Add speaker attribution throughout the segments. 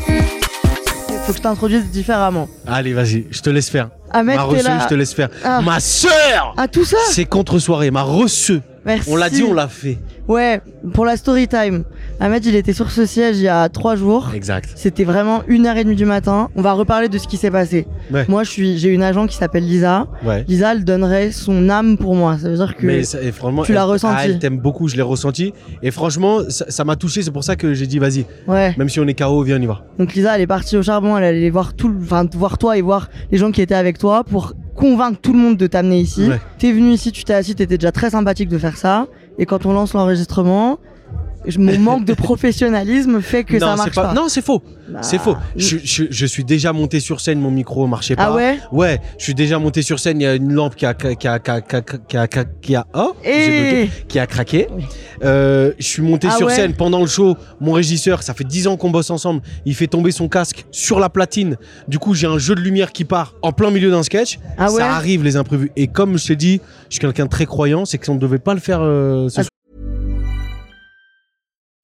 Speaker 1: Faut que je t'introduise différemment.
Speaker 2: Allez, vas-y, je te laisse faire.
Speaker 1: Ah mec,
Speaker 2: ma
Speaker 1: t'es
Speaker 2: reçue,
Speaker 1: là.
Speaker 2: je te laisse faire.
Speaker 1: Ah.
Speaker 2: Ma sœur
Speaker 1: Ah tout ça
Speaker 2: C'est contre-soirée, ma reçue.
Speaker 1: Merci.
Speaker 2: On l'a dit, on l'a fait.
Speaker 1: Ouais, pour la story time. Ahmed, il était sur ce siège il y a trois jours.
Speaker 2: Exact.
Speaker 1: C'était vraiment une heure et demie du matin. On va reparler de ce qui s'est passé.
Speaker 2: Ouais.
Speaker 1: Moi, je suis, j'ai une agent qui s'appelle Lisa.
Speaker 2: Ouais.
Speaker 1: Lisa, elle donnerait son âme pour moi. Ça veut dire que
Speaker 2: Mais ça- et franchement,
Speaker 1: tu l'as
Speaker 2: elle-
Speaker 1: ressenti.
Speaker 2: ah, elle t'aime beaucoup, je l'ai ressenti. Et franchement, ça ça m'a touché, c'est pour ça que j'ai dit, vas-y,
Speaker 1: ouais.
Speaker 2: même si on est KO, viens, on y va.
Speaker 1: Donc Lisa, elle est partie au charbon. Elle allait voir tout, le- enfin voir toi et voir les gens qui étaient avec toi pour convaincre tout le monde de t'amener ici.
Speaker 2: Ouais.
Speaker 1: T'es venu ici, tu t'es assis, t'étais déjà très sympathique de faire ça. Et quand on lance l'enregistrement, je- mon manque de professionnalisme fait que ça
Speaker 2: non, c'est
Speaker 1: marche
Speaker 2: pas-
Speaker 1: pas.
Speaker 2: non, c'est faux.
Speaker 1: Bah,
Speaker 2: C'est faux. Je, je- je suis déjà monté sur scène, mon micro marchait pas.
Speaker 1: Ah ouais
Speaker 2: Ouais, je suis déjà monté sur scène, il y a une lampe qui a qui a qui a qui a qui a qui a, qui a- qui a- oh, j'ai bugué.
Speaker 1: Et
Speaker 2: qui a craqué. Euh, je suis monté
Speaker 1: Ah
Speaker 2: sur
Speaker 1: ouais.
Speaker 2: scène pendant le show. Mon régisseur, ça fait 10 ans qu'on bosse ensemble, il fait tomber son casque sur la platine. Du coup, j'ai un jeu de lumière qui part en plein milieu d'un sketch.
Speaker 1: ah ouais.
Speaker 2: Ça arrive, les imprévus. Et comme je t'ai dit, je suis quelqu'un de très croyant, c'est que ça ne devait pas le faire euh, ce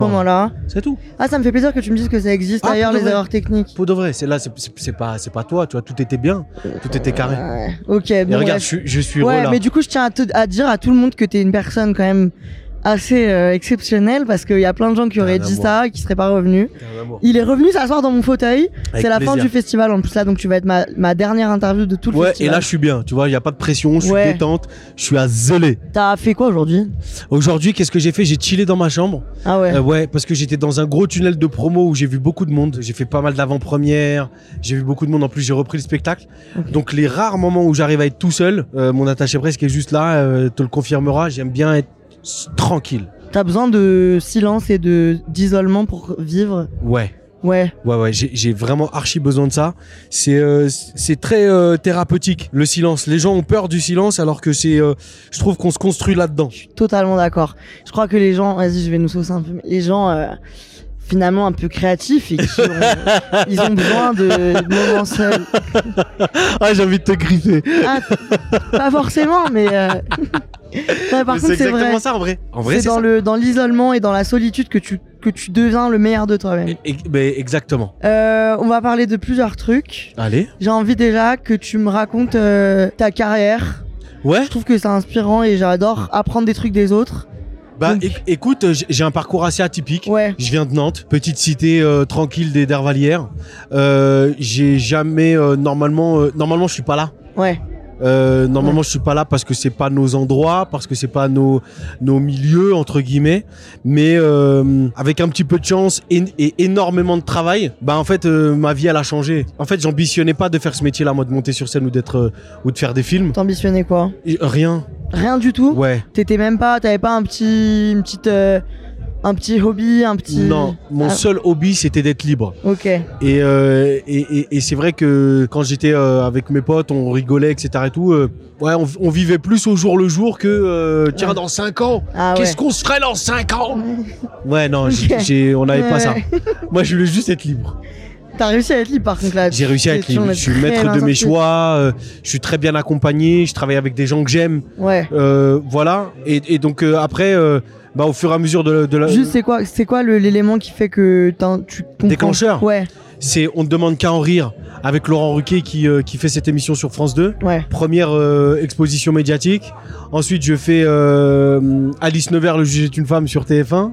Speaker 1: moment-là.
Speaker 2: C'est tout.
Speaker 1: Ah, ça me fait plaisir que tu me dises que ça existe
Speaker 2: Ah,
Speaker 1: ailleurs,
Speaker 2: pour de
Speaker 1: les
Speaker 2: vrai.
Speaker 1: erreurs techniques.
Speaker 2: Pour de vrai, c'est là, c'est- c'est c'est pas, c'est pas toi, tu vois, tout était bien, tout était carré.
Speaker 1: Ouais. Ok,
Speaker 2: Et
Speaker 1: bon,
Speaker 2: regarde,
Speaker 1: bref.
Speaker 2: je, suis- je suis heureux
Speaker 1: Ouais,
Speaker 2: là.
Speaker 1: mais du coup, je tiens à, te- à dire à tout le monde que t'es une personne quand même assez euh, exceptionnelle parce qu'il y a plein de gens qui auraient
Speaker 2: Rien à
Speaker 1: dit
Speaker 2: voir.
Speaker 1: ça et qui seraient pas revenus.
Speaker 2: T'es un amour.
Speaker 1: Il est revenu s'asseoir dans mon fauteuil.
Speaker 2: Avec
Speaker 1: C'est la fin
Speaker 2: plaisir.
Speaker 1: du festival en plus là, donc tu vas être ma, ma dernière interview de tout le
Speaker 2: Ouais, et
Speaker 1: festival.
Speaker 2: là, je suis bien, tu vois, il n'y a pas de pression, je suis
Speaker 1: Ouais.
Speaker 2: détente, je suis à zélé.
Speaker 1: T'as fait quoi aujourd'hui
Speaker 2: Aujourd'hui, qu'est-ce que j'ai fait J'ai chillé dans ma chambre.
Speaker 1: Ah ouais.
Speaker 2: Euh, ouais, parce que j'étais dans un gros tunnel de promo où j'ai vu beaucoup de monde. J'ai fait pas mal d'avant-premières. J'ai vu beaucoup de monde. En plus, j'ai repris le spectacle. Donc, les rares moments où j'arrive à être tout seul, euh, mon attaché presse qui est juste là euh, te le confirmera. J'aime bien être s- tranquille.
Speaker 1: T'as besoin de silence et de d'isolement pour vivre.
Speaker 2: Ouais.
Speaker 1: Ouais.
Speaker 2: Ouais, ouais, j'ai j'ai vraiment archi besoin de ça. C'est euh, c'est très euh, thérapeutique, le silence. Les gens ont peur du silence alors que c'est. euh, je trouve qu'on se construit là-dedans.
Speaker 1: Je suis totalement d'accord. Je crois que les gens, vas-y, je vais nous saucer un peu. mais Les gens, euh, finalement, un peu créatifs, et qui ont- ils ont besoin de moments seuls.
Speaker 2: Ah, j'ai envie de te griffer.
Speaker 1: Ah, pas forcément, mais. euh, ouais, par contre,
Speaker 2: Mais C'est
Speaker 1: c'est
Speaker 2: exactement
Speaker 1: vrai.
Speaker 2: ça en vrai. En vrai,
Speaker 1: C'est
Speaker 2: c'est
Speaker 1: dans
Speaker 2: ça.
Speaker 1: le dans l'isolement et dans la solitude que tu que tu deviens le meilleur de toi-même.
Speaker 2: Et- et- mais exactement.
Speaker 1: Euh, on va parler de plusieurs trucs.
Speaker 2: Allez.
Speaker 1: J'ai envie déjà que tu me racontes euh, ta carrière.
Speaker 2: Ouais.
Speaker 1: Je trouve que c'est inspirant et j'adore apprendre des trucs des autres.
Speaker 2: Bah
Speaker 1: Donc-
Speaker 2: éc- écoute, euh, j'ai- j'ai un parcours assez atypique.
Speaker 1: Ouais.
Speaker 2: Je viens de Nantes, petite cité euh, tranquille des Dervalières. Euh, j'ai jamais euh, normalement euh, normalement je suis pas là.
Speaker 1: Ouais.
Speaker 2: Euh, normalement je suis pas là parce que c'est pas nos endroits, parce que c'est pas nos nos milieux entre guillemets. Mais euh, avec un petit peu de chance et, et énormément de travail, bah en fait euh, ma vie elle a changé. En fait j'ambitionnais pas de faire ce métier là, moi de monter sur scène ou d'être euh, ou de faire des films.
Speaker 1: T'ambitionnais quoi
Speaker 2: Et rien.
Speaker 1: Rien du tout.
Speaker 2: Ouais.
Speaker 1: T'étais même pas, t'avais pas un petit, une petite, euh, un petit hobby, un petit.
Speaker 2: Non. Mon
Speaker 1: Ah.
Speaker 2: seul hobby c'était d'être libre.
Speaker 1: Ok.
Speaker 2: Et, euh, et, et- et c'est vrai que quand j'étais euh, avec mes potes, on rigolait, etc. Et tout, euh, ouais, on, on vivait plus au jour le jour que euh, tiens,
Speaker 1: Ouais.
Speaker 2: dans 5 ans,
Speaker 1: Ah ouais.
Speaker 2: qu'est-ce qu'on se ferait dans 5 ans Ouais, non, j'ai-
Speaker 1: Ok.
Speaker 2: j'ai- on n'avait
Speaker 1: Ouais,
Speaker 2: pas ça.
Speaker 1: ouais.
Speaker 2: Moi, je voulais juste être libre.
Speaker 1: T'as réussi à être libre par contre là.
Speaker 2: J'ai réussi à être
Speaker 1: T'es toujours
Speaker 2: libre. Je suis
Speaker 1: très
Speaker 2: maître de mes
Speaker 1: insensible.
Speaker 2: choix. euh, je suis très bien accompagné. Je travaille avec des gens que j'aime.
Speaker 1: Ouais.
Speaker 2: Euh, voilà. Et, et donc euh, après, euh, bah, au fur et à mesure de, la- de la,
Speaker 1: Juste, c'est quoi, c'est quoi le- l'élément qui fait que t'as- tu comprends
Speaker 2: Déclencheur.
Speaker 1: Ouais,
Speaker 2: c'est on ne demande qu'à en rire avec Laurent Ruquier qui, euh, qui fait cette émission sur France 2.
Speaker 1: ouais.
Speaker 2: Première euh, exposition médiatique. Ensuite, je fais euh, Alice Nevers, le juge est une femme sur TF1.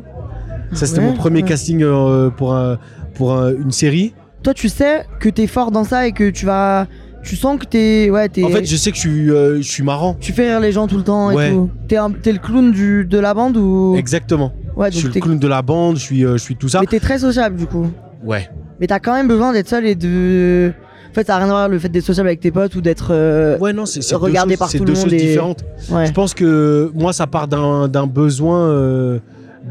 Speaker 2: Ça, c'était
Speaker 1: Ah Ouais,
Speaker 2: mon premier
Speaker 1: ouais.
Speaker 2: casting euh, pour, un- pour un- une série.
Speaker 1: Toi, tu sais que t'es fort dans ça et que tu vas. Tu sens que t'es. Ouais, t'es.
Speaker 2: En fait, je sais que je suis, euh, je suis marrant.
Speaker 1: Tu fais rire les gens tout le temps et
Speaker 2: Ouais.
Speaker 1: tout. T'es un- t'es le clown du, de la bande ou.
Speaker 2: Exactement.
Speaker 1: Ouais,
Speaker 2: Je
Speaker 1: Oh. Ah, donc
Speaker 2: suis le
Speaker 1: t'es.
Speaker 2: clown de la bande, je suis, euh, je suis tout ça.
Speaker 1: Mais t'es très sociable du coup.
Speaker 2: Ouais.
Speaker 1: Mais t'as quand même besoin d'être seul et de. En fait, ça a rien à voir le fait d'être sociable avec tes potes ou d'être. euh,
Speaker 2: Ouais, non, c'est c'est deux
Speaker 1: Regardé
Speaker 2: choses-
Speaker 1: par
Speaker 2: c'est
Speaker 1: tout le
Speaker 2: deux
Speaker 1: monde
Speaker 2: choses
Speaker 1: et-
Speaker 2: différentes.
Speaker 1: ouais.
Speaker 2: Je pense que moi, ça part d'un d'un besoin euh,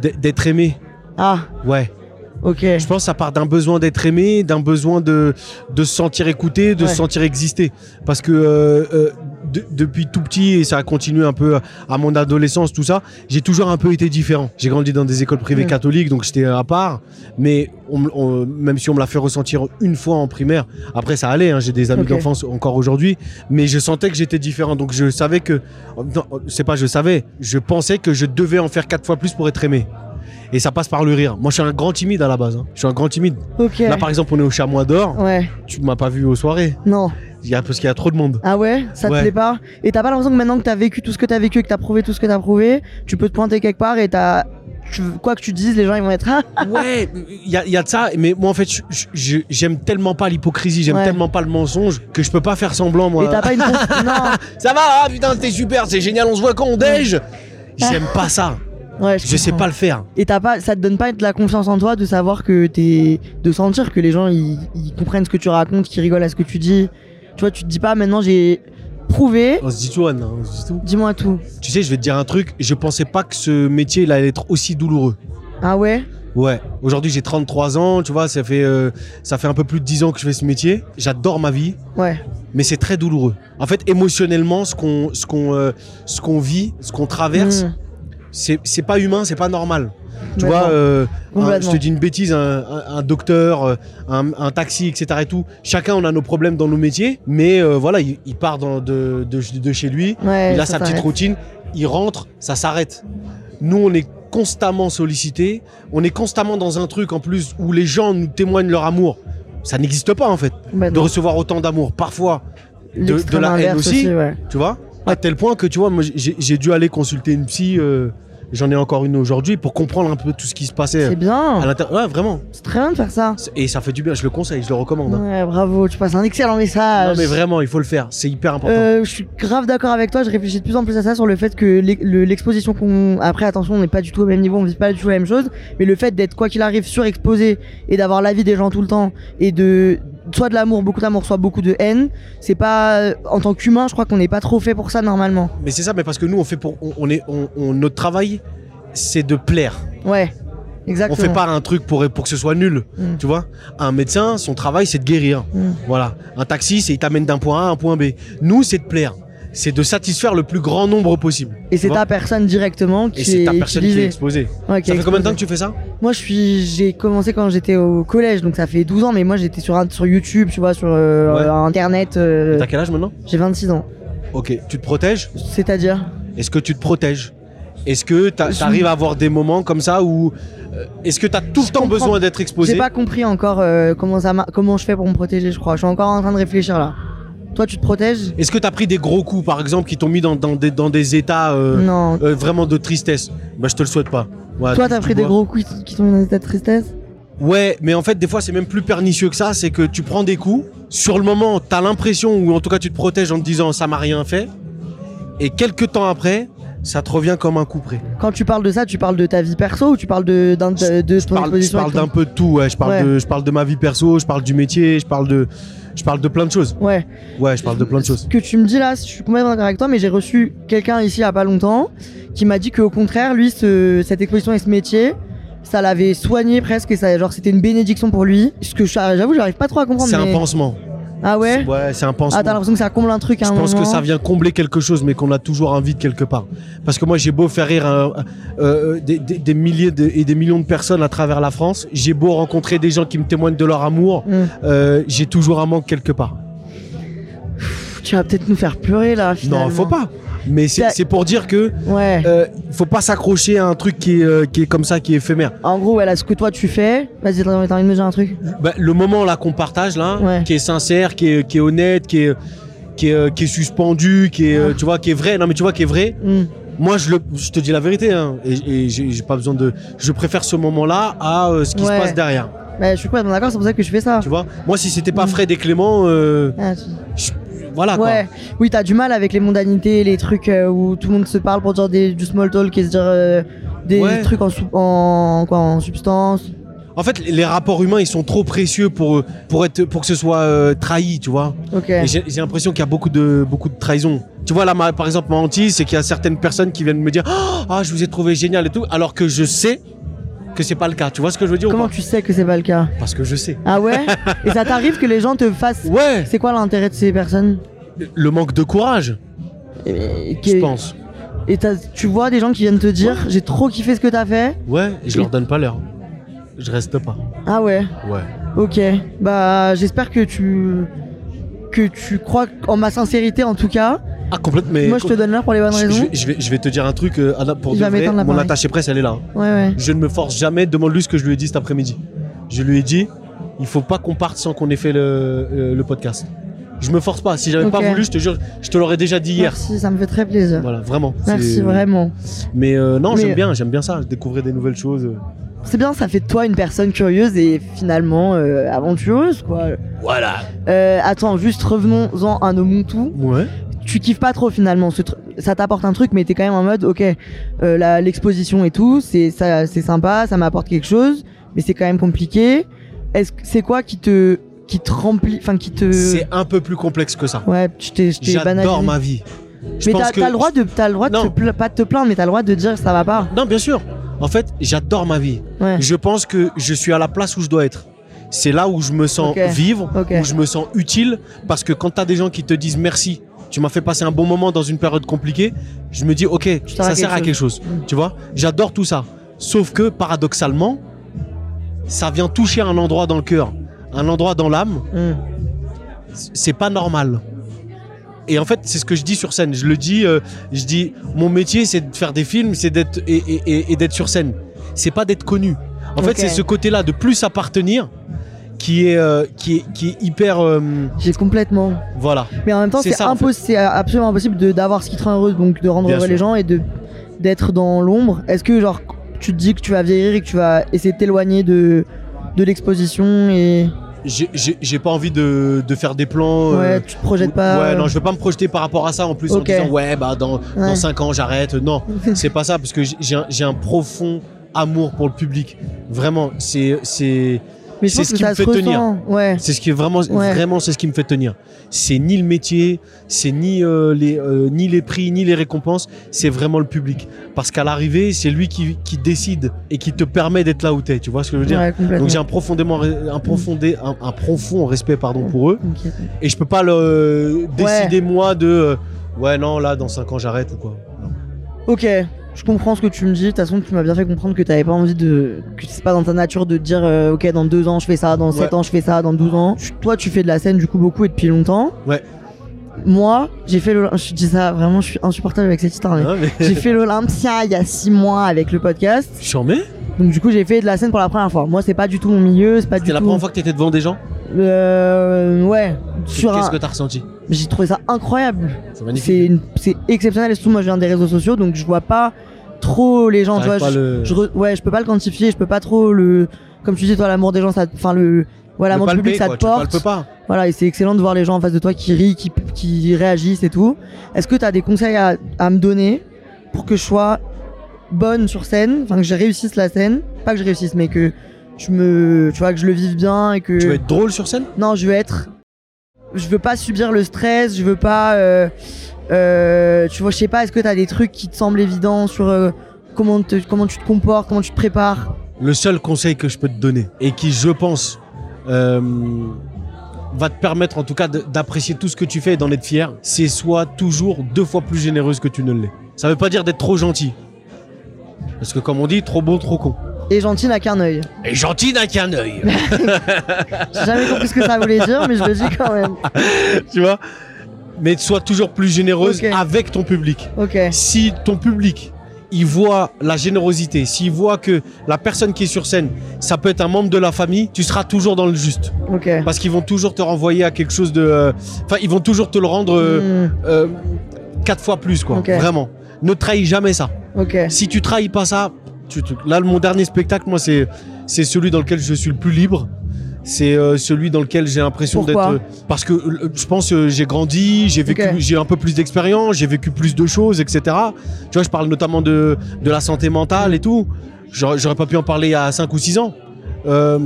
Speaker 2: d'e- d'être aimé.
Speaker 1: Ah,
Speaker 2: Ouais.
Speaker 1: ok.
Speaker 2: Je pense que ça part d'un besoin d'être aimé, d'un besoin de, de se sentir écouté, de
Speaker 1: Ouais.
Speaker 2: se sentir exister. Parce que euh, euh, de- depuis tout petit, et ça a continué un peu à mon adolescence, tout ça, j'ai toujours un peu été différent. J'ai grandi dans des écoles privées
Speaker 1: Mm.
Speaker 2: catholiques, donc j'étais à part. Mais on me- on- même si on me l'a fait ressentir une fois en primaire, après ça allait, hein, j'ai des amis
Speaker 1: Ok.
Speaker 2: d'enfance encore aujourd'hui, mais je sentais que j'étais différent. Donc je savais que... Non, c'est pas je savais, je pensais que je devais en faire quatre fois plus pour être aimé. Et ça passe par le rire. Moi, je suis un grand timide à la base. hein. Je suis un grand timide.
Speaker 1: Ok.
Speaker 2: Là, par exemple, on est au Chamois d'Or.
Speaker 1: Ouais.
Speaker 2: Tu m'as pas vu aux soirées.
Speaker 1: Non.
Speaker 2: Il y a, parce qu'il y a trop de monde.
Speaker 1: Ah ouais Ça
Speaker 2: Ouais.
Speaker 1: te plaît pas Et t'as pas l'impression que maintenant que t'as vécu tout ce que t'as vécu et que t'as prouvé tout ce que t'as prouvé, tu peux te pointer quelque part et t'as. tu- Quoi que tu dises, les gens ils vont être. Ah
Speaker 2: Ouais, il y a, il y a de ça. Mais moi, en fait, je- je- je- j'aime tellement pas l'hypocrisie, j'aime
Speaker 1: Ouais.
Speaker 2: tellement pas le mensonge que je peux pas faire semblant,
Speaker 1: Et t'as
Speaker 2: moi.
Speaker 1: pas une. conf- non
Speaker 2: Ça va, ah, putain, t'es super, c'est génial, on se voit quand on déj. J'aime pas ça.
Speaker 1: Ouais,
Speaker 2: Je sais
Speaker 1: comprends.
Speaker 2: pas le faire.
Speaker 1: Et t'as pas, ça te donne pas de la confiance en toi de savoir que t'es, de sentir que les gens ils, ils comprennent ce que tu racontes, qu'ils rigolent à ce que tu dis. Tu vois, tu te dis pas maintenant j'ai prouvé.
Speaker 2: On se dit tout, Anne, hein, on se dit tout.
Speaker 1: Dis-moi tout.
Speaker 2: Tu sais, je vais te dire un truc. Je pensais pas que ce métier il allait être aussi douloureux.
Speaker 1: Ah ouais
Speaker 2: Ouais. Aujourd'hui, j'ai 33 ans. Tu vois, ça fait euh, ça fait un peu plus de 10 ans que je fais ce métier. J'adore ma vie.
Speaker 1: Ouais.
Speaker 2: mais c'est très douloureux. En fait, émotionnellement, ce qu'on ce qu'on euh, ce qu'on vit, ce qu'on traverse,
Speaker 1: Mmh.
Speaker 2: c'est c'est pas humain, c'est pas normal. Tu
Speaker 1: D'accord.
Speaker 2: vois, euh, un- je
Speaker 1: Complètement.
Speaker 2: te dis une bêtise, un, un- un docteur, euh, un, un taxi, etc. Et tout. Chacun, on a nos problèmes dans nos métiers, mais euh, voilà, il, il part dans- de, de- de chez lui,
Speaker 1: Ouais,
Speaker 2: euh, il a
Speaker 1: ça
Speaker 2: sa petite
Speaker 1: s'arrête.
Speaker 2: routine, il rentre, ça s'arrête. Nous, on est constamment sollicités, on est constamment dans un truc en plus où les gens nous témoignent leur amour. Ça n'existe pas en fait, de
Speaker 1: Complètement.
Speaker 2: recevoir autant d'amour. Parfois, de
Speaker 1: L'extrême
Speaker 2: la haine
Speaker 1: inverse
Speaker 2: aussi.
Speaker 1: ouais.
Speaker 2: tu vois à tel point que tu vois moi j'ai j'ai dû aller consulter une psy euh, j'en ai encore une aujourd'hui pour comprendre un peu tout ce qui se
Speaker 1: C'est
Speaker 2: passait hein. à
Speaker 1: bien.
Speaker 2: l'intérieur ouais vraiment
Speaker 1: C'est très bien de faire ça.
Speaker 2: C'est- et ça fait du bien je le conseille je le recommande hein.
Speaker 1: Ouais, bravo. Tu passes un excellent message.
Speaker 2: non mais vraiment il faut le faire c'est hyper important
Speaker 1: Euh, je suis grave d'accord avec toi. Je réfléchis de plus en plus à ça sur le fait que l'e- le- l'exposition qu'on. Après, attention, on n'est pas du tout au même niveau, on vit pas du tout la même chose. Mais le fait d'être, quoi qu'il arrive, surexposé et d'avoir l'avis des gens tout le temps et de. Soit de l'amour, beaucoup d'amour, soit beaucoup de haine. C'est pas. En tant qu'humain, je crois qu'on n'est pas trop fait pour ça normalement.
Speaker 2: mais c'est ça mais parce que nous on fait pour on, on est on, on- notre travail c'est de plaire
Speaker 1: Ouais.
Speaker 2: on
Speaker 1: Exactement.
Speaker 2: fait pas un truc pour pour que ce soit nul
Speaker 1: Mm.
Speaker 2: tu vois un médecin son travail c'est de guérir
Speaker 1: Mm.
Speaker 2: voilà un taxi c'est il t'amène d'un point A à un point B nous c'est de plaire c'est de satisfaire le plus grand nombre possible
Speaker 1: Et
Speaker 2: tu
Speaker 1: c'est
Speaker 2: vois.
Speaker 1: ta personne directement qui
Speaker 2: et c'est ta
Speaker 1: est
Speaker 2: personne qui est
Speaker 1: utilisée.
Speaker 2: exposée
Speaker 1: Ouais, qui
Speaker 2: ça
Speaker 1: est
Speaker 2: fait combien de temps
Speaker 1: exposée.
Speaker 2: que tu fais ça
Speaker 1: Moi, je suis, j'ai commencé quand j'étais au collège, donc ça fait 12 ans, mais moi j'étais sur, un- sur YouTube, tu vois, sur euh,
Speaker 2: Ouais.
Speaker 1: euh, Internet. euh,
Speaker 2: T'as quel âge maintenant
Speaker 1: j'ai 26 ans.
Speaker 2: Ok, tu te protèges
Speaker 1: C'est-à-dire
Speaker 2: Est-ce que tu te protèges Est-ce que t'a-
Speaker 1: Je-
Speaker 2: t'arrives à avoir des moments comme ça où... euh, Est-ce que t'as tout le temps
Speaker 1: comprends.
Speaker 2: besoin d'être
Speaker 1: J'ai
Speaker 2: exposé
Speaker 1: pas compris encore euh, comment, ça mar- comment je fais pour me protéger, je crois. Je suis encore en train de réfléchir là. Toi, tu te protèges
Speaker 2: Est-ce que t'as pris des gros coups, par exemple, qui t'ont mis dans, dans des, dans des états euh,
Speaker 1: Non.
Speaker 2: euh, vraiment de tristesse Bah, je te le souhaite pas. Voilà,
Speaker 1: Toi,
Speaker 2: touche
Speaker 1: t'as
Speaker 2: du
Speaker 1: pris des
Speaker 2: bois.
Speaker 1: gros coups qui- qui t'ont mis dans un état de tristesse
Speaker 2: Ouais, mais en fait, des fois, c'est même plus pernicieux que ça. C'est que tu prends des coups, sur le moment, t'as l'impression, ou en tout cas, tu te protèges en te disant ça m'a rien fait. Et quelques temps après, ça te revient comme un coup près.
Speaker 1: Quand tu parles de ça, tu parles de ta vie perso ou tu parles de, d'un- de, de
Speaker 2: je
Speaker 1: ton
Speaker 2: parle, je
Speaker 1: exposition
Speaker 2: parle
Speaker 1: et
Speaker 2: d'un
Speaker 1: tout
Speaker 2: peu de tout, ouais. Je parle,
Speaker 1: Ouais.
Speaker 2: de, je parle de ma vie perso, je parle du métier, je parle de, je parle de plein de choses.
Speaker 1: Ouais.
Speaker 2: Ouais, je parle de plein de choses.
Speaker 1: Ce que tu me dis là, je suis complètement d'accord avec toi, mais j'ai reçu quelqu'un ici il y a pas longtemps qui m'a dit qu'au contraire, lui, ce- cette exposition et ce métier, ça l'avait soigné presque et ça, genre, c'était une bénédiction pour lui. Ce que je- j'avoue, j'arrive pas trop à comprendre.
Speaker 2: C'est un
Speaker 1: mais-
Speaker 2: pansement.
Speaker 1: Ah ouais
Speaker 2: Ouais, c'est un pansement.
Speaker 1: Ah, t'as l'impression que ça comble un truc à
Speaker 2: Je
Speaker 1: un
Speaker 2: pense que
Speaker 1: moment.
Speaker 2: ça vient combler quelque chose, mais qu'on a toujours envie de quelque part. Parce que moi, j'ai beau faire rire hein, euh, des, des- des milliers de- et des millions de personnes à travers la France, j'ai beau rencontrer des gens qui me témoignent de leur amour,
Speaker 1: Mm.
Speaker 2: euh, j'ai toujours un manque quelque part.
Speaker 1: Pff, Tu vas peut-être nous faire pleurer là finalement.
Speaker 2: Non, faut pas. Mais c'est
Speaker 1: T'as-
Speaker 2: c'est pour dire que
Speaker 1: Ouais.
Speaker 2: euh, faut pas s'accrocher à un truc qui est, euh, qui est comme ça, qui est éphémère.
Speaker 1: En gros, ouais, là, ce que toi tu fais, vas-y, t'as envie de me dire un truc.
Speaker 2: Bah, le moment là qu'on partage là,
Speaker 1: Ouais.
Speaker 2: qui est sincère, qui est, qui est honnête, qui est qui est, euh, qui est suspendu, qui est euh, tu vois qui est vrai. Non mais tu vois qui est vrai.
Speaker 1: Hmm.
Speaker 2: Moi je le je te dis la vérité hein, et, et j'ai j'ai pas besoin de je préfère ce moment là à euh, ce qui
Speaker 1: Ouais.
Speaker 2: se passe derrière.
Speaker 1: Bah, je suis complètement d'accord, c'est pour ça que je fais ça.
Speaker 2: Tu vois. Moi si c'était pas Fred et Clément euh,
Speaker 1: Ah, tu-
Speaker 2: je- voilà Ah, quoi.
Speaker 1: Mm. Ouais, oui, t'as du mal avec les mondanités, les trucs euh, où tout le monde se parle pour dire des, du small talk et se dire euh, des
Speaker 2: Ouais.
Speaker 1: trucs en, sou- en, quoi, en substance.
Speaker 2: En fait les rapports humains ils sont trop précieux pour euh, pour être pour que ce soit euh, trahi, tu vois.
Speaker 1: Ok.
Speaker 2: Et J'ai j'ai l'impression qu'il y a beaucoup de, beaucoup de trahison. Tu vois, là, ma- par exemple, ma hantise, c'est qu'il y a certaines personnes qui viennent me dire Oh, Ah, je vous ai trouvé génial et tout, alors que je sais que c'est pas le cas. Tu vois ce que je veux dire ou
Speaker 1: Comment
Speaker 2: pas
Speaker 1: tu sais que c'est pas le cas
Speaker 2: Parce que je sais.
Speaker 1: Ah ouais Et ça t'arrive que les gens te fassent.
Speaker 2: Ouais
Speaker 1: C'est quoi l'intérêt de ces personnes
Speaker 2: Le manque de courage,
Speaker 1: Et- et-
Speaker 2: je pense.
Speaker 1: Et t'as- tu vois des gens qui viennent te dire j'ai trop kiffé ce que t'as fait.
Speaker 2: Ouais, et je
Speaker 1: Et-
Speaker 2: leur donne pas l'heure. Je reste pas.
Speaker 1: Ah ouais.
Speaker 2: Ouais.
Speaker 1: Ok. Bah j'espère que tu que tu crois en ma sincérité en tout cas.
Speaker 2: Ah, complètement. Mais
Speaker 1: Moi je te donne l'heure pour les bonnes
Speaker 2: je, je
Speaker 1: raisons.
Speaker 2: vais- je vais, je vais te dire un truc, euh, Anna, pour
Speaker 1: Il
Speaker 2: de
Speaker 1: va
Speaker 2: vrai,
Speaker 1: m'éteindre
Speaker 2: mon
Speaker 1: l'appareil.
Speaker 2: attaché presse, elle est là.
Speaker 1: Ouais ouais.
Speaker 2: Je ne me force jamais, demande-lui ce que je lui ai dit cet après-midi. Je lui ai dit, il faut pas qu'on parte sans qu'on ait fait le, euh, le podcast. Je me force pas, si j'avais
Speaker 1: Ok.
Speaker 2: pas voulu, je te jure, je te l'aurais déjà dit hier.
Speaker 1: Merci, ça me fait très plaisir.
Speaker 2: Voilà, vraiment.
Speaker 1: Merci
Speaker 2: C'est- euh,
Speaker 1: vraiment.
Speaker 2: Mais euh, non,
Speaker 1: Mais-
Speaker 2: j'aime bien, j'aime bien ça, découvrir des nouvelles choses.
Speaker 1: C'est bien, ça fait de toi une personne curieuse et finalement euh, aventureuse quoi.
Speaker 2: Voilà.
Speaker 1: Euh, attends, juste revenons-en à nos moutons.
Speaker 2: Ouais.
Speaker 1: tu kiffes pas trop finalement. ce tru- ça t'apporte un truc, mais t'es quand même en mode, ok, euh, la- l'exposition et tout, c'est ça, c'est sympa, ça m'apporte quelque chose, mais c'est quand même compliqué. Est-ce que c'est quoi qui te qui te remplit, enfin qui te
Speaker 2: C'est un peu plus complexe que ça.
Speaker 1: ouais, je t'ai je t'ai banalisé.
Speaker 2: J'adore ma vie. Je
Speaker 1: mais
Speaker 2: pense
Speaker 1: t'as
Speaker 2: que-
Speaker 1: t'as le droit de t'as le droit de
Speaker 2: Non.
Speaker 1: te pla- pas de te plaindre, mais t'as le droit de dire ça va pas.
Speaker 2: Non, bien sûr. En fait, j'adore ma vie.
Speaker 1: Ouais.
Speaker 2: Je pense que je suis à la place où je dois être. C'est là où je me sens
Speaker 1: Ok.
Speaker 2: vivre,
Speaker 1: Ok.
Speaker 2: où je me sens utile, parce que quand t'as des gens qui te disent merci, tu m'as fait passer un bon moment dans une période compliquée, je me dis ok,
Speaker 1: sers à quelque
Speaker 2: ça sert à
Speaker 1: chose.
Speaker 2: quelque chose.
Speaker 1: Mm.
Speaker 2: Tu vois, j'adore tout ça. Sauf que paradoxalement, ça vient toucher un endroit dans le cœur, un endroit dans l'âme,
Speaker 1: Hmm.
Speaker 2: c'est pas normal. Et en fait, c'est ce que je dis sur scène. Je le dis, euh, je dis, mon métier, c'est de faire des films, c'est d'être et, et- et- et d'être sur scène. C'est pas d'être connu. En
Speaker 1: Ok.
Speaker 2: fait, c'est ce côté-là de plus appartenir qui est euh, qui est qui est hyper euh,
Speaker 1: J'ai complètement.
Speaker 2: voilà.
Speaker 1: Mais en même temps,
Speaker 2: C'est
Speaker 1: c'est
Speaker 2: ça, en
Speaker 1: impossible, c'est absolument impossible de- d'avoir ce qui te rend heureux, donc de rendre
Speaker 2: Bien
Speaker 1: heureux les gens et de d'être dans l'ombre. Est-ce que genre tu te dis que tu vas vieillir et que tu vas essayer de t'éloigner de de l'exposition et
Speaker 2: J'ai- J'ai j'ai pas envie de, de faire des plans. euh,
Speaker 1: ouais, tu te projettes pas.
Speaker 2: Ouais,
Speaker 1: euh,
Speaker 2: non, je veux pas me projeter par rapport à ça en plus
Speaker 1: Ok.
Speaker 2: en disant ouais, bah dans,
Speaker 1: Ouais.
Speaker 2: dans 5 ans j'arrête. Non, c'est pas ça parce que j'ai- j'ai un, j'ai un profond amour pour le public. Vraiment, c'est c'est
Speaker 1: mais je
Speaker 2: c'est
Speaker 1: pense
Speaker 2: ce
Speaker 1: que
Speaker 2: qui
Speaker 1: ça
Speaker 2: me
Speaker 1: se
Speaker 2: fait tenir.
Speaker 1: ressent. Ouais.
Speaker 2: C'est ce qui est vraiment,
Speaker 1: Ouais.
Speaker 2: vraiment, c'est ce qui me fait tenir. C'est ni le métier, c'est ni euh, les, euh, ni les prix, ni les récompenses. C'est vraiment le public. Parce qu'à l'arrivée, c'est lui qui, qui décide et qui te permet d'être là où t'es. Tu vois ce que je veux dire
Speaker 1: ouais, complètement.
Speaker 2: Donc j'ai un profondément, re- un profondé, un, un profond respect pardon pour eux.
Speaker 1: Ok.
Speaker 2: Et je peux pas le euh,
Speaker 1: Ouais.
Speaker 2: décider moi de, euh, ouais non là dans 5 ans j'arrête ou quoi. Non.
Speaker 1: Ok, je comprends ce que tu me dis. De toute façon, tu m'as bien fait comprendre que t'avais pas envie de. que c'est pas dans ta nature de te dire, euh, ok, dans 2 ans je fais ça, dans 7
Speaker 2: Ouais.
Speaker 1: ans je fais ça, dans 12 ans. Tu- toi, tu fais de la scène du coup beaucoup et depuis longtemps.
Speaker 2: Ouais.
Speaker 1: Moi, j'ai fait le. Je dis ça, vraiment, je suis insupportable avec cette histoire. mais-
Speaker 2: Hein, mais-
Speaker 1: j'ai fait l'Olympia il y a 6 mois avec le podcast.
Speaker 2: Tu en mets
Speaker 1: Donc, du coup, j'ai fait de la scène pour la première fois. Moi, c'est pas du tout mon milieu, c'est pas du
Speaker 2: C'était
Speaker 1: tout.
Speaker 2: la première fois que t'étais devant des gens.
Speaker 1: Euh. Ouais. Sur
Speaker 2: Qu'est-ce
Speaker 1: un-
Speaker 2: que t'as ressenti
Speaker 1: J'ai trouvé ça incroyable.
Speaker 2: C'est magnifique.
Speaker 1: C'est une- c'est exceptionnel et surtout moi je viens des réseaux sociaux donc je vois pas trop les gens. Tu vois,
Speaker 2: T'arrives
Speaker 1: je,
Speaker 2: pas le-
Speaker 1: je re- ouais, je peux pas le quantifier, je peux pas trop le comme tu dis toi l'amour des gens ça te- enfin le voilà,
Speaker 2: Le
Speaker 1: l'amour du
Speaker 2: palper,
Speaker 1: public ça
Speaker 2: quoi.
Speaker 1: te
Speaker 2: Tu le
Speaker 1: porte.
Speaker 2: palpes pas.
Speaker 1: Voilà, et c'est excellent de voir les gens en face de toi qui rient, qui, qui réagissent et tout. Est-ce que tu as des conseils à, à me donner pour que je sois bonne sur scène, enfin que je réussisse la scène, pas que je réussisse mais que je me tu vois que je le vive bien et que
Speaker 2: Tu vas être drôle sur scène
Speaker 1: non, je veux être. Je veux pas subir le stress, je veux pas. euh, euh, tu vois, je sais pas, est-ce que t'as des trucs qui te semblent évidents sur euh, comment, te- comment tu te comportes, comment tu te prépares
Speaker 2: Le seul conseil que je peux te donner et qui, je pense, euh, va te permettre en tout cas de- d'apprécier tout ce que tu fais et d'en être fier, c'est soit toujours deux fois plus généreuse que tu ne l'es. Ça veut pas dire d'être trop gentil. Parce que comme on dit, trop beau, trop con.
Speaker 1: Et gentil n'a qu'un œil.
Speaker 2: Et gentil n'a qu'un œil.
Speaker 1: J'ai jamais compris ce que ça voulait dire, mais je le dis quand même.
Speaker 2: tu vois Mais sois toujours plus généreuse
Speaker 1: Ok.
Speaker 2: avec ton public.
Speaker 1: Ok.
Speaker 2: Si ton public, il voit la générosité, s'il voit que la personne qui est sur scène, ça peut être un membre de la famille, tu seras toujours dans le juste.
Speaker 1: Ok.
Speaker 2: Parce qu'ils vont toujours te renvoyer à quelque chose de... euh, Enfin, ils vont toujours te le rendre euh,
Speaker 1: Hmm,
Speaker 2: euh, quatre fois plus, quoi.
Speaker 1: Ok.
Speaker 2: Vraiment. Ne trahis jamais ça.
Speaker 1: ok.
Speaker 2: Si tu trahis pas ça, tu, tu- là, mon dernier spectacle, moi, c'est c'est celui dans lequel je suis le plus libre. C'est euh, celui dans lequel j'ai l'impression d'être.
Speaker 1: Pourquoi
Speaker 2: euh, parce que euh, je pense euh, j'ai grandi, j'ai vécu,
Speaker 1: Ok.
Speaker 2: j'ai un peu plus d'expérience, j'ai vécu plus de choses, etc. Tu vois, je parle notamment de, de la santé mentale et tout. J'aurais j'aurais pas pu en parler il y a 5 ou 6 ans. Euh,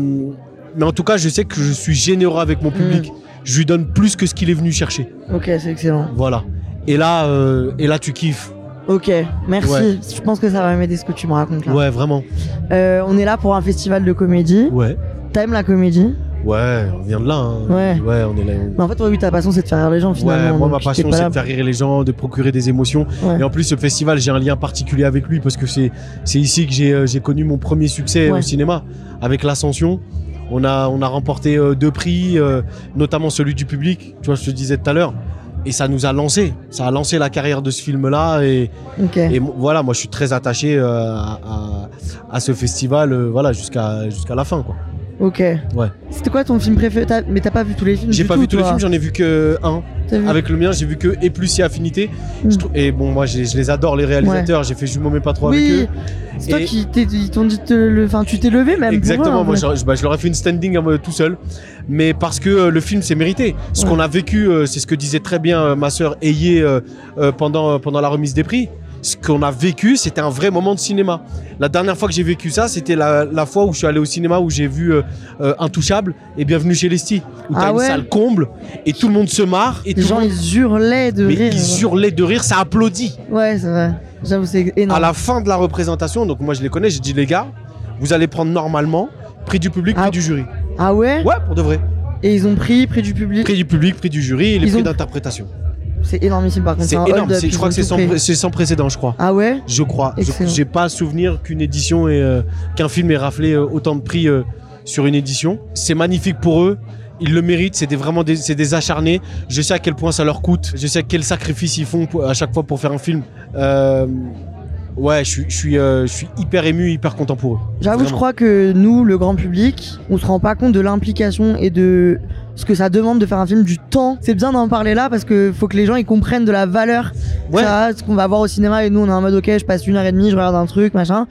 Speaker 2: mais en tout cas, je sais que je suis généreux avec
Speaker 1: Mm.
Speaker 2: mon public. Je lui donne plus que ce qu'il est venu chercher.
Speaker 1: Ok, c'est excellent.
Speaker 2: Voilà. Et là, euh, et là tu kiffes.
Speaker 1: Ok, merci.
Speaker 2: Ouais.
Speaker 1: Je pense que ça va m'aider ce que tu me racontes là.
Speaker 2: Ouais, vraiment.
Speaker 1: Euh, on est là pour un festival de comédie.
Speaker 2: Ouais.
Speaker 1: T'aimes la comédie
Speaker 2: Ouais, on vient de là. hein.
Speaker 1: Ouais.
Speaker 2: on est là.
Speaker 1: Mais en fait, toi, oui, ta passion, c'est de faire rire les gens finalement.
Speaker 2: Ouais, moi,
Speaker 1: donc
Speaker 2: ma
Speaker 1: t'es
Speaker 2: passion,
Speaker 1: pas
Speaker 2: c'est
Speaker 1: là-
Speaker 2: de faire rire les gens, de procurer des émotions.
Speaker 1: Ouais.
Speaker 2: Et en plus, ce festival, j'ai un lien particulier avec lui parce que c'est c'est ici que j'ai euh, j'ai connu mon premier succès euh,
Speaker 1: Ouais.
Speaker 2: au cinéma avec l'Ascension. On a, on a remporté euh, deux prix, euh, notamment celui du public, tu vois, je te disais tout à l'heure. Et ça nous a lancé. Ça a lancé la carrière de ce film-là. Et,
Speaker 1: Ok.
Speaker 2: et mo- voilà, moi, je suis très attaché euh, à, à, à ce festival euh, voilà, jusqu'à jusqu'à la fin. quoi.
Speaker 1: Ok.
Speaker 2: Ouais.
Speaker 1: C'était quoi ton film préféré T'as- Mais t'as pas vu tous les films
Speaker 2: J'ai
Speaker 1: du
Speaker 2: pas
Speaker 1: tout,
Speaker 2: vu tous les
Speaker 1: toi.
Speaker 2: films, j'en ai vu que un.
Speaker 1: T'as vu
Speaker 2: Avec le mien, j'ai vu que et plus et affinité.
Speaker 1: Mm.
Speaker 2: Je trou- et bon, moi, j'ai- je les adore, les réalisateurs. J'ai fait Jumeau, mais pas trop
Speaker 1: Oui.
Speaker 2: avec eux.
Speaker 1: C'est toi
Speaker 2: euh, Et-
Speaker 1: qui t'es, ils t'ont dit de te le, enfin tu t'es levé même. pour
Speaker 2: Exactement.
Speaker 1: voir,
Speaker 2: Moi,
Speaker 1: mais-
Speaker 2: j'aurais- je, bah, je leur ai fait une standing à moi tout seul. Mais parce que euh, le film, c'est mérité. Ce
Speaker 1: Ouais.
Speaker 2: qu'on a vécu, euh, c'est ce que disait très bien euh, ma sœur Ayé pendant, euh, pendant la remise des prix. Ce qu'on a vécu, c'était un vrai moment de cinéma. La dernière fois que j'ai vécu ça, c'était la, la fois où je suis allé au cinéma où j'ai vu euh, euh, Intouchable et Bienvenue chez Lestie. Où t'as
Speaker 1: Ah
Speaker 2: une
Speaker 1: ouais.
Speaker 2: salle comble et tout le monde se marre et
Speaker 1: les
Speaker 2: tout le
Speaker 1: gens
Speaker 2: monde
Speaker 1: ils hurlaient de
Speaker 2: mais
Speaker 1: rire.
Speaker 2: ils hurlaient de rire, ça applaudit.
Speaker 1: Ouais, c'est vrai. J'avoue, c'est énorme.
Speaker 2: À la fin de la représentation, donc moi je les connais, j'ai dit les gars, vous allez prendre normalement prix du public,
Speaker 1: Ah.
Speaker 2: prix du jury.
Speaker 1: Ah ouais,
Speaker 2: Ouais, pour de vrai.
Speaker 1: Et ils ont pris prix du public.
Speaker 2: Prix du public, prix du jury et les
Speaker 1: Ils
Speaker 2: prix
Speaker 1: ont-
Speaker 2: d'interprétation.
Speaker 1: C'est énormissime par contre.
Speaker 2: C'est
Speaker 1: un
Speaker 2: énorme,
Speaker 1: hold-up,
Speaker 2: c'est-
Speaker 1: ils
Speaker 2: je
Speaker 1: ont
Speaker 2: crois que c'est
Speaker 1: tout
Speaker 2: sans,
Speaker 1: pris.
Speaker 2: pré- c'est sans précédent, je crois.
Speaker 1: Ah ouais.
Speaker 2: Je crois. Je-
Speaker 1: Excellent.
Speaker 2: J'ai pas souvenir qu'une édition et qu'un film ait raflé euh, autant de prix euh, sur une édition. C'est magnifique pour eux. Ils le méritent. C'est des, vraiment des, c'est des acharnés. Je sais à quel point ça leur coûte. Je sais quel sacrifice ils font pour- à chaque fois pour faire un film. Euh, ouais, je suis, je suis, euh, je suis hyper ému, hyper content pour eux.
Speaker 1: J'avoue, je
Speaker 2: Vraiment.
Speaker 1: crois que nous, le grand public, on se rend pas compte de l'implication et de ce que ça demande de faire un film, du temps. C'est bien d'en parler là parce que faut que les gens ils comprennent de la valeur. que
Speaker 2: Ouais.
Speaker 1: Ça, a, ce qu'on va voir au cinéma et nous on est en mode ok, je passe une heure et demie, je regarde un truc, machin.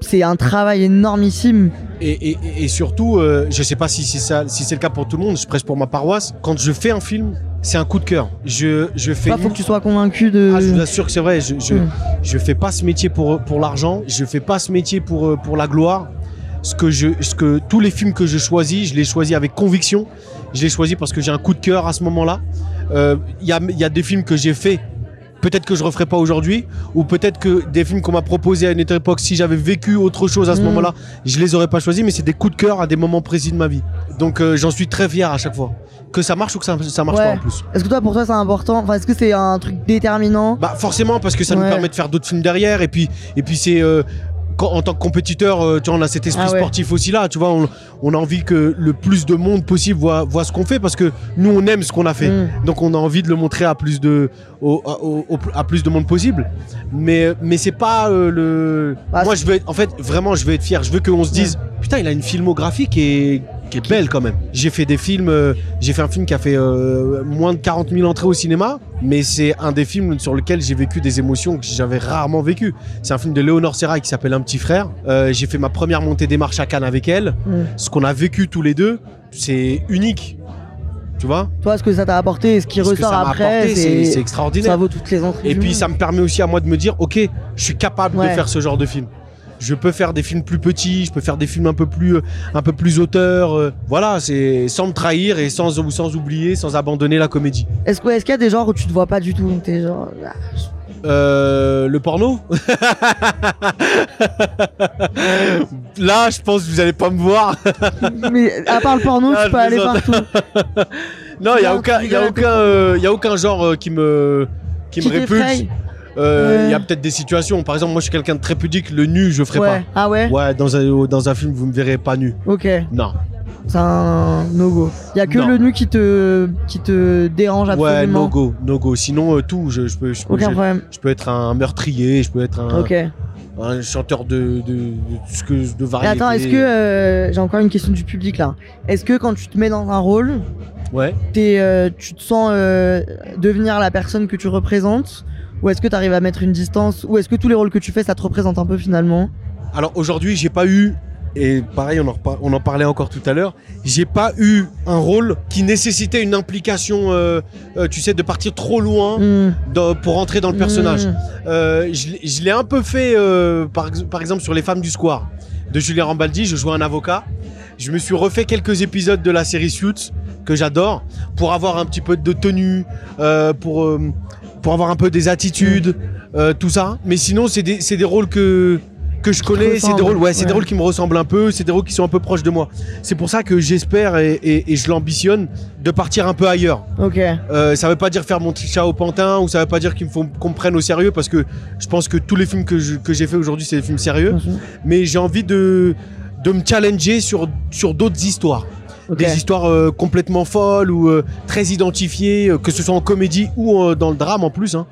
Speaker 1: C'est un travail énormissime.
Speaker 2: Et, et- et surtout, euh, je sais pas si, c'est ça, si c'est le cas pour tout le monde. Je presse pour ma paroisse. Quand je fais un film, c'est un coup de cœur. Je, je fais.
Speaker 1: Toi, Bah, faut que tu sois convaincu de.
Speaker 2: Ah, je vous assure que c'est vrai. Je, je,
Speaker 1: Mm.
Speaker 2: je fais pas ce métier pour, pour l'argent. Je fais pas ce métier pour, euh, pour la gloire. Ce que je, ce que, tous les films que je choisis, je les choisis avec conviction. Je les choisis parce que j'ai un coup de cœur à ce moment-là. Euh, Il y, a, il y a des films que j'ai fait. Peut-être que je referai pas aujourd'hui, ou peut-être que des films qu'on m'a proposés à une autre époque, si j'avais vécu autre chose à ce
Speaker 1: Mm.
Speaker 2: moment-là, je les aurais pas choisis. Mais c'est des coups de cœur à des moments précis de ma vie. Donc euh, j'en suis très fier à chaque fois. Que ça marche ou que ça, ça marche pas
Speaker 1: Ouais.
Speaker 2: en plus.
Speaker 1: Est-ce que toi, pour toi, c'est important Enfin, est-ce que c'est un truc déterminant
Speaker 2: Bah forcément parce que ça
Speaker 1: Ouais.
Speaker 2: nous permet de faire d'autres films derrière et puis et puis c'est euh, quand- en tant que compétiteur, euh, tu vois, on a cet esprit
Speaker 1: Ah ouais.
Speaker 2: sportif aussi là, tu vois, on, on a envie que le plus de monde possible voit, voit ce qu'on fait parce que nous on aime ce qu'on a fait,
Speaker 1: Mm.
Speaker 2: donc on a envie de le montrer à plus de au- à- au- au- à plus de monde possible, mais mais c'est pas euh, le
Speaker 1: Bah,
Speaker 2: moi je veux être- en fait vraiment je veux être fier, je veux qu'on se dise putain il a une filmographie qui est qui est belle quand même. J'ai fait des films, euh, j'ai fait un film qui a fait euh, moins de 40 000 entrées au cinéma, mais c'est un des films sur lequel j'ai vécu des émotions que j'avais rarement vécues. C'est un film de Léonore Serra qui s'appelle Un petit frère. Euh, j'ai fait ma première montée des marches à Cannes avec elle.
Speaker 1: Mm.
Speaker 2: Ce qu'on a vécu tous les deux, c'est unique. Tu vois
Speaker 1: Toi, ce que ça t'a apporté et ce qui
Speaker 2: Ce que
Speaker 1: ressort
Speaker 2: ça m'a
Speaker 1: après,
Speaker 2: apporté,
Speaker 1: c'est.
Speaker 2: c'est c'est
Speaker 1: Ça
Speaker 2: extraordinaire.
Speaker 1: vaut toutes les entrées.
Speaker 2: Et
Speaker 1: du
Speaker 2: puis
Speaker 1: monde.
Speaker 2: ça me permet aussi à moi de me dire, ok, je suis capable
Speaker 1: Ouais.
Speaker 2: de faire ce genre de film. Je peux faire des films plus petits, je peux faire des films un peu plus, euh, un peu plus auteurs. euh, voilà, c'est sans me trahir et sans, ou sans oublier, sans abandonner la comédie.
Speaker 1: Est-ce que- est-ce qu'il y a des genres où tu te vois pas du tout T'es genre. ah, je-
Speaker 2: Euh, le porno Là, je pense que vous allez pas me voir.
Speaker 1: Mais à part le porno,
Speaker 2: Ah,
Speaker 1: tu
Speaker 2: je
Speaker 1: peux aller
Speaker 2: plaisante.
Speaker 1: partout.
Speaker 2: Non, il y a
Speaker 1: Non,
Speaker 2: aucun,
Speaker 1: tu
Speaker 2: il y a
Speaker 1: rigoles,
Speaker 2: aucun, euh, il y a aucun genre euh, qui me, qui
Speaker 1: Qui
Speaker 2: me répulse.
Speaker 1: t'effraie.
Speaker 2: Euh, Il y a
Speaker 1: Ouais.
Speaker 2: peut-être des situations. Par exemple, moi, je suis quelqu'un de très pudique. Le nu, je ferai
Speaker 1: Ouais. Ah ouais
Speaker 2: pas. Ouais, dans un, dans un film, vous me verrez pas nu.
Speaker 1: Ok,
Speaker 2: Non.
Speaker 1: c'est un no-go. Il y a que
Speaker 2: Non.
Speaker 1: le nu qui te, qui te dérange
Speaker 2: Ouais,
Speaker 1: absolument.
Speaker 2: no go, no go. Sinon, euh, tout, je, je peux, je, peux-
Speaker 1: Aucun
Speaker 2: je-
Speaker 1: problème.
Speaker 2: je peux être un meurtrier, je peux être un,
Speaker 1: Ok. Et
Speaker 2: un chanteur de, de, de, ce que- de variété.
Speaker 1: attends, est-ce que. euh, J'ai encore une question du public là. Est-ce que quand tu te mets dans un rôle,
Speaker 2: Ouais.
Speaker 1: t'es, euh, tu te sens euh, devenir la personne que tu représentes Ou est-ce que tu arrives à mettre une distance Ou est-ce que tous les rôles que tu fais, ça te représente un peu finalement
Speaker 2: Alors aujourd'hui, j'ai pas eu, et pareil, on en, repar- on en parlait encore tout à l'heure, j'ai pas eu un rôle qui nécessitait une implication, euh, euh, tu sais, de partir trop loin
Speaker 1: Mmh.
Speaker 2: dans- pour entrer dans le personnage.
Speaker 1: Mmh.
Speaker 2: Euh, je l'ai- je l'ai un peu fait, euh, par, ex- par exemple, sur Les Femmes du Square de Julien Rambaldi. Je jouais un avocat. Je me suis refait quelques épisodes de la série Suits que j'adore pour avoir un petit peu de tenue, euh, pour, euh, pour avoir un peu des attitudes, euh, tout ça. Mais sinon, c'est des, c'est des rôles que, que je connais. C'est des,
Speaker 1: ressemblent,
Speaker 2: rôles, ouais, c'est des
Speaker 1: ouais.
Speaker 2: rôles qui me ressemblent un peu. C'est des rôles qui sont un peu proches de moi. C'est pour ça que j'espère et, et- et je l'ambitionne de partir un peu ailleurs.
Speaker 1: Ok.
Speaker 2: Euh, ça veut pas dire faire mon petit chat au pantin ou ça veut pas dire qu'il me faut qu'on me prenne au sérieux parce que je pense que tous les films que je- que j'ai fait aujourd'hui c'est des films sérieux
Speaker 1: Mm.
Speaker 2: mais j'ai envie de de me challenger sur sur d'autres histoires
Speaker 1: Ok.
Speaker 2: des histoires euh, complètement folles ou euh, très identifiées euh, que ce soit en comédie ou euh, dans le drame en plus hein.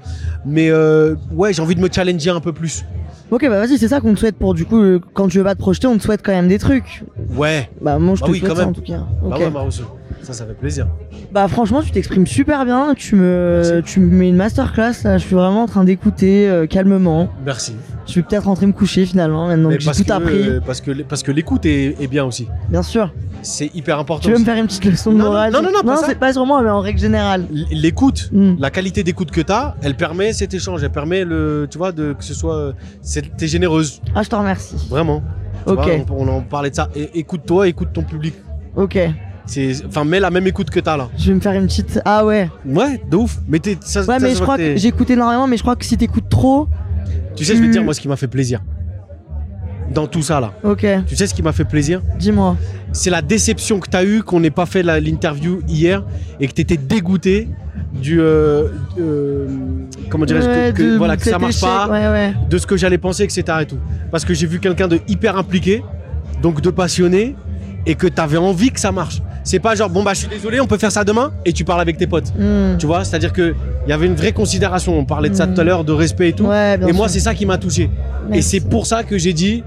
Speaker 2: mais euh, ouais j'ai envie de me challenger un peu plus
Speaker 1: Ok, bah vas-y, c'est ça qu'on te souhaite pour du coup, euh, quand tu veux pas te projeter, on te souhaite quand même des trucs.
Speaker 2: ouais
Speaker 1: Bah moi je
Speaker 2: Bah
Speaker 1: te
Speaker 2: oui,
Speaker 1: souhaite
Speaker 2: quand
Speaker 1: ça
Speaker 2: même.
Speaker 1: en tout cas.
Speaker 2: bah
Speaker 1: Ok.
Speaker 2: ouais Marousseau ça ça fait plaisir
Speaker 1: Bah franchement, tu t'exprimes super bien. Tu me, tu me mets une masterclass là. Je suis vraiment en train d'écouter euh, calmement.
Speaker 2: merci
Speaker 1: Je vais peut-être rentrer me coucher finalement maintenant
Speaker 2: Mais
Speaker 1: que
Speaker 2: parce,
Speaker 1: j'ai tout appris.
Speaker 2: que, euh, parce que parce que l'écoute est, est bien aussi
Speaker 1: Bien sûr.
Speaker 2: c'est hyper important
Speaker 1: Tu veux me
Speaker 2: aussi.
Speaker 1: faire une petite leçon de
Speaker 2: Non, non,
Speaker 1: morale
Speaker 2: non, non, non, pas ça.
Speaker 1: c'est pas sur moi, mais en règle générale.
Speaker 2: L- l'écoute
Speaker 1: Hmm.
Speaker 2: la qualité d'écoute que tu as, elle permet cet échange, elle permet le, tu vois, de, que ce soit, euh, c'est- t'es généreuse,
Speaker 1: Ah, je te remercie.
Speaker 2: vraiment. Tu
Speaker 1: Ok.
Speaker 2: vois, on, on en parlait de ça. Et, écoute-toi, écoute ton public.
Speaker 1: Ok.
Speaker 2: C'est, enfin, mets la même écoute que t'as là.
Speaker 1: Je vais me faire une petite. Ah ouais.
Speaker 2: Ouais, de ouf. Mais t'es, ça, ça
Speaker 1: Ouais,
Speaker 2: se
Speaker 1: mais
Speaker 2: voit
Speaker 1: je crois
Speaker 2: t'es-
Speaker 1: que j'écoute énormément, mais je crois que si t'écoutes trop,
Speaker 2: tu sais, je vais te
Speaker 1: tu-
Speaker 2: dire moi ce qui m'a fait plaisir dans tout ça là.
Speaker 1: ok.
Speaker 2: Tu sais ce qui m'a fait plaisir,
Speaker 1: Dis-moi.
Speaker 2: c'est la déception que t'as eue qu'on n'ait pas fait la- l'interview hier et que t'étais dégoûté du, euh, euh, comment dirais-je, que-
Speaker 1: Ouais,
Speaker 2: que,
Speaker 1: de-
Speaker 2: voilà, que ça
Speaker 1: cet
Speaker 2: marche
Speaker 1: échec,
Speaker 2: pas.
Speaker 1: Ouais, ouais.
Speaker 2: de ce que j'allais penser, etc. Et tout. Parce que j'ai vu quelqu'un de hyper impliqué, donc de passionné, et que t'avais envie que ça marche. C'est pas genre, bon bah je suis désolé, on peut faire ça demain, et tu parles avec tes potes.
Speaker 1: Hmm.
Speaker 2: Tu vois, c'est-à-dire que il y avait une vraie considération. On parlait de ça tout à l'heure, de respect et tout.
Speaker 1: Mm. Ouais, bien
Speaker 2: et moi,
Speaker 1: sûr.
Speaker 2: c'est ça qui m'a touché. Et
Speaker 1: Merci.
Speaker 2: c'est pour ça que j'ai dit,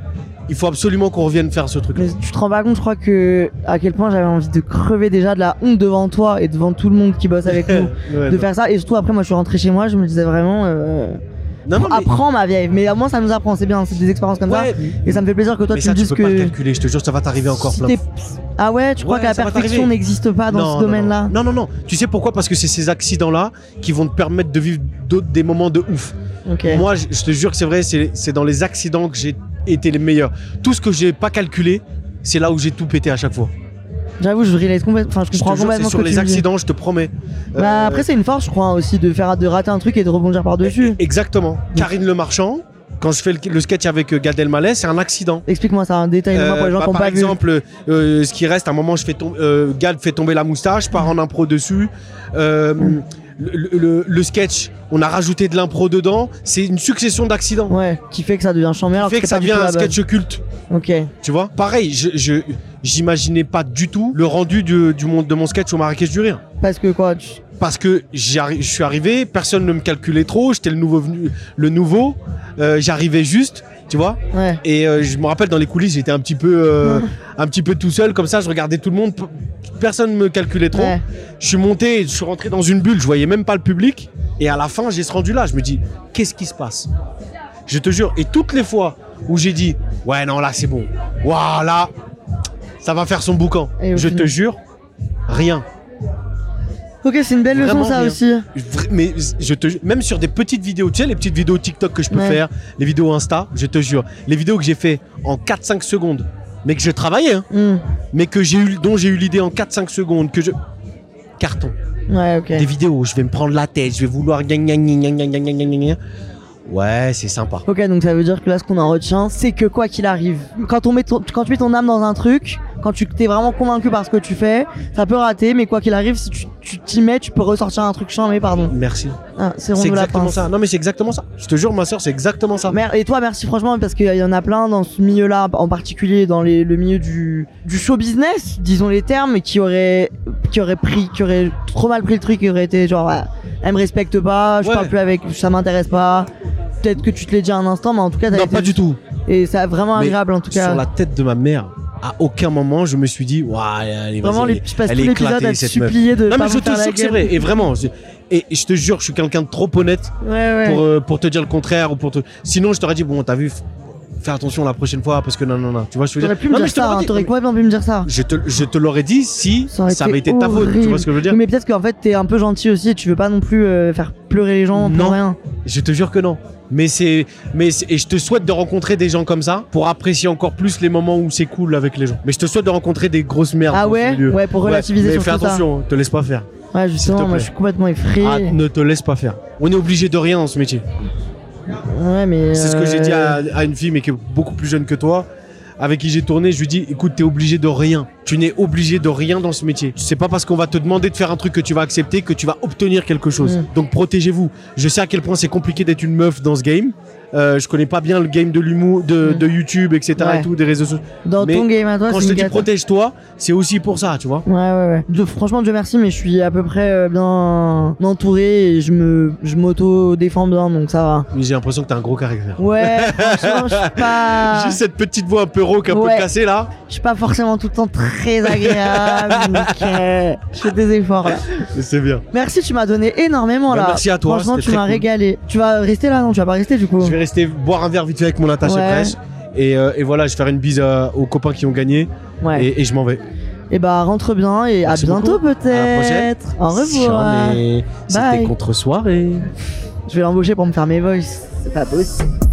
Speaker 2: il faut absolument qu'on revienne faire ce truc.
Speaker 1: Mais tu te rends pas compte, je crois que à quel point j'avais envie de crever déjà de la honte devant toi et devant tout le monde qui bosse avec nous.
Speaker 2: Ouais,
Speaker 1: de
Speaker 2: non.
Speaker 1: faire ça et surtout après moi je suis rentré chez moi je me disais vraiment euh,
Speaker 2: Non, non, mais-
Speaker 1: apprends ma vieille mais à moins ça nous apprend c'est bien c'est des expériences comme ça
Speaker 2: Ouais,
Speaker 1: et ça me fait plaisir que toi
Speaker 2: mais
Speaker 1: tu
Speaker 2: ça,
Speaker 1: me
Speaker 2: tu
Speaker 1: dises
Speaker 2: peux
Speaker 1: que
Speaker 2: pas le calculer. Je te jure, ça va t'arriver encore
Speaker 1: si
Speaker 2: plein.
Speaker 1: t'es- ah ouais tu crois
Speaker 2: Ouais,
Speaker 1: que la
Speaker 2: ça va
Speaker 1: perfection
Speaker 2: t'arriver.
Speaker 1: n'existe pas Ah, dans
Speaker 2: Non,
Speaker 1: ce
Speaker 2: non,
Speaker 1: domaine là
Speaker 2: Non, non, non. Tu sais pourquoi Parce que c'est ces accidents-là qui vont te permettre de vivre d'autres des moments de ouf.
Speaker 1: ok
Speaker 2: Moi, je, je te jure que c'est vrai, c'est c'est dans les accidents que j'ai été les meilleurs. Tout ce que j'ai pas calculé, c'est là où j'ai tout pété à chaque fois.
Speaker 1: j'avoue je réalise complètement enfin je
Speaker 2: Je te
Speaker 1: comprends
Speaker 2: jure, c'est
Speaker 1: complètement ce
Speaker 2: sur
Speaker 1: que tu
Speaker 2: les
Speaker 1: me dis.
Speaker 2: accidents, je te promets.
Speaker 1: bah
Speaker 2: Euh,
Speaker 1: après c'est une force je crois aussi de faire de rater un truc et de rebondir par dessus
Speaker 2: Exactement. Karine Le Marchand, quand je fais le, le sketch avec euh, Gad Elmaleh, c'est un accident.
Speaker 1: explique-moi ça un détail moi pour
Speaker 2: Euh,
Speaker 1: les gens
Speaker 2: bah,
Speaker 1: qui ont
Speaker 2: par
Speaker 1: pas vu
Speaker 2: exemple, euh, ce qui reste, à un moment, je fais tom- euh, Gad fait tomber la moustache, je pars en impro dessus. Euh, le, le- le sketch, on a rajouté de l'impro dedans. C'est une succession d'accidents.
Speaker 1: ouais qui fait que ça devient chambé alors
Speaker 2: qui fait que
Speaker 1: c'est
Speaker 2: ça
Speaker 1: pas du
Speaker 2: devient
Speaker 1: tout la
Speaker 2: un
Speaker 1: base.
Speaker 2: sketch culte.
Speaker 1: ok
Speaker 2: Tu vois Pareil, je, je- j'imaginais pas du tout le rendu du, du monde de mon sketch au Marrakech du Rire.
Speaker 1: parce que quoi tu-
Speaker 2: Parce que j'y arri- je suis arrivé, personne ne me calculait trop, j'étais le nouveau venu, le nouveau, euh, j'arrivais juste, tu vois.
Speaker 1: ouais
Speaker 2: Et euh, je me rappelle dans les coulisses, j'étais un petit peu, euh, un petit peu tout seul, comme ça, je regardais tout le monde, p- personne ne me calculait trop.
Speaker 1: Ouais.
Speaker 2: Je suis monté, je suis rentré dans une bulle, je voyais même pas le public. Et à la fin, j'ai ce rendu là. Je me dis, qu'est-ce qui se passe Je te jure. Et toutes les fois où j'ai dit, ouais, non, là, c'est bon. Waouh, là, ça va faire son boucan.
Speaker 1: Et au
Speaker 2: Je
Speaker 1: final-
Speaker 2: te jure, rien.
Speaker 1: ok c'est une belle leçon
Speaker 2: Vraiment
Speaker 1: ça
Speaker 2: rien.
Speaker 1: aussi
Speaker 2: Vra- Mais je te ju- même sur des petites vidéos, tu sais, les petites vidéos TikTok que je peux
Speaker 1: Ouais.
Speaker 2: faire, les vidéos Insta, je te jure, les vidéos que j'ai fait en 4-5 secondes, mais que je travaillais, hein,
Speaker 1: Hmm.
Speaker 2: mais que j'ai eu, dont j'ai eu l'idée en 4-5 secondes, que je. Carton
Speaker 1: ouais ok
Speaker 2: des vidéos, je vais me prendre la tête, je vais vouloir gna gna gna gna gna gna gna gna gna. Ouais, c'est sympa.
Speaker 1: Ok, donc ça veut dire que là, ce qu'on en retient, c'est que quoi qu'il arrive, quand, on met ton- quand tu mets ton âme dans un truc, quand tu t'es vraiment convaincu par ce que tu fais, ça peut rater, mais quoi qu'il arrive, si tu tu t'y mets, tu peux ressortir un truc chiant, mais pardon.
Speaker 2: Merci.
Speaker 1: Ah, c'est on
Speaker 2: C'est
Speaker 1: nous la
Speaker 2: exactement
Speaker 1: pince.
Speaker 2: ça. Non, mais c'est exactement ça. Je te jure, ma soeur, c'est exactement ça.
Speaker 1: Oh, Mer- Et toi, merci franchement, parce qu'il y en a plein dans ce milieu-là, en particulier dans les- le milieu du, du show business, disons les termes, qui auraient, qui auraient pris, qui auraient trop mal pris le truc, qui auraient été genre, ouais, elle me respecte pas, je
Speaker 2: Ouais.
Speaker 1: parle plus avec, ça m'intéresse pas. Peut-être que tu te l'es dit un instant, mais en tout cas, t'as
Speaker 2: Non,
Speaker 1: été-
Speaker 2: pas du tout.
Speaker 1: Et c'est vraiment
Speaker 2: Mais
Speaker 1: agréable en tout cas.
Speaker 2: Sur la tête de ma mère, à aucun moment, je me suis dit, waouh, elle est
Speaker 1: Vraiment,
Speaker 2: vas-y,
Speaker 1: les, je passe tout
Speaker 2: elle est
Speaker 1: l'épisode à
Speaker 2: éclatée,
Speaker 1: te
Speaker 2: cette meuf.
Speaker 1: supplier de.
Speaker 2: Non,
Speaker 1: pas
Speaker 2: mais
Speaker 1: vous
Speaker 2: je te
Speaker 1: faire la
Speaker 2: jure que c'est
Speaker 1: gueule.
Speaker 2: vrai. Et vraiment, je- et je te jure, je suis quelqu'un de trop honnête
Speaker 1: Ouais, ouais.
Speaker 2: pour, euh, pour te dire le contraire ou pour te. Sinon, je t'aurais dit, bon, t'as vu, f- fais attention la prochaine fois parce que non, non, non. Tu vois, je veux
Speaker 1: T'aurais
Speaker 2: dire.
Speaker 1: pu me
Speaker 2: Non, mais
Speaker 1: dire
Speaker 2: je te
Speaker 1: ça,
Speaker 2: l'aurais
Speaker 1: hein,
Speaker 2: dit.
Speaker 1: t'aurais complètement pu me dire ça.
Speaker 2: Je te, je te l'aurais dit si
Speaker 1: Ça
Speaker 2: ça,
Speaker 1: aurait
Speaker 2: avait
Speaker 1: été
Speaker 2: été ta faute. Tu vois ce que je veux dire
Speaker 1: Oui, Mais peut-être qu'en fait, t'es un peu gentil aussi, tu veux pas non plus euh, faire pleurer les gens
Speaker 2: Non.
Speaker 1: pour rien.
Speaker 2: Je te jure que non. Mais c'est, mais c'est- et je te souhaite de rencontrer des gens comme ça pour apprécier encore plus les moments où c'est cool avec les gens. Mais je te souhaite de rencontrer des grosses merdes.
Speaker 1: Ah
Speaker 2: dans ce
Speaker 1: ouais
Speaker 2: milieu.
Speaker 1: Ouais, pour relativiser
Speaker 2: mais
Speaker 1: sur
Speaker 2: fais
Speaker 1: tout ça.
Speaker 2: attention, hein, te laisse pas faire.
Speaker 1: Ouais,
Speaker 2: S'il
Speaker 1: justement,
Speaker 2: te
Speaker 1: moi
Speaker 2: plaît.
Speaker 1: je suis complètement effrayé.
Speaker 2: Ah, ne te laisse pas faire. On est obligé de rien dans ce métier.
Speaker 1: Ouais, mais.
Speaker 2: C'est ce que j'ai dit
Speaker 1: euh,
Speaker 2: à, à une fille, mais qui est beaucoup plus jeune que toi, avec qui j'ai tourné. Je lui dis, écoute, t'es obligé de rien. Tu n'es obligé de rien dans ce métier. C'est pas parce qu'on va te demander de faire un truc que tu vas accepter que tu vas obtenir quelque chose.
Speaker 1: Mm.
Speaker 2: Donc protégez-vous. Je sais à quel point c'est compliqué d'être une meuf dans ce game. Euh, je connais pas bien le game de l'humour, de,
Speaker 1: Mm.
Speaker 2: de YouTube, etc.
Speaker 1: Ouais.
Speaker 2: Et tout, des réseaux sociaux.
Speaker 1: Dans
Speaker 2: mais
Speaker 1: ton game à toi,
Speaker 2: Quand
Speaker 1: c'est
Speaker 2: je te
Speaker 1: une
Speaker 2: dis
Speaker 1: cata.
Speaker 2: protège-toi, c'est aussi pour ça, tu vois.
Speaker 1: Ouais, ouais, ouais. Dieu- franchement, Dieu merci, mais je suis à peu près euh, bien entouré et je me, je m'auto-défends bien, donc ça va.
Speaker 2: Mais J'ai l'impression que t'as un gros caractère.
Speaker 1: Ouais, franchement, je suis pas.
Speaker 2: Juste cette petite voix un peu rauque, un
Speaker 1: Ah. Ouais.
Speaker 2: peu cassée là.
Speaker 1: Je suis pas forcément tout le temps très agréable, donc euh, je fais des efforts là.
Speaker 2: Mais C'est bien.
Speaker 1: Merci, tu m'as donné énormément
Speaker 2: Bah,
Speaker 1: là.
Speaker 2: merci à toi,
Speaker 1: Franchement,
Speaker 2: c'était
Speaker 1: tu
Speaker 2: très
Speaker 1: m'as
Speaker 2: cool.
Speaker 1: régalé. Tu vas rester là Non, tu vas pas rester du coup.
Speaker 2: Je vais rester boire un verre vite fait avec mon attaché
Speaker 1: Ouais.
Speaker 2: presse. Et, euh, et voilà, je vais faire une bise à- aux copains qui ont gagné.
Speaker 1: Ouais. Et...
Speaker 2: Et, et je m'en vais.
Speaker 1: bah, rentre bien et
Speaker 2: Merci
Speaker 1: à bientôt
Speaker 2: beaucoup. À la prochaine.
Speaker 1: peut-être. Au revoir.
Speaker 2: Chiant, mais
Speaker 1: Bye.
Speaker 2: C'était contre soirée.
Speaker 1: Je vais l'embaucher pour me faire mes voices. C'est pas possible.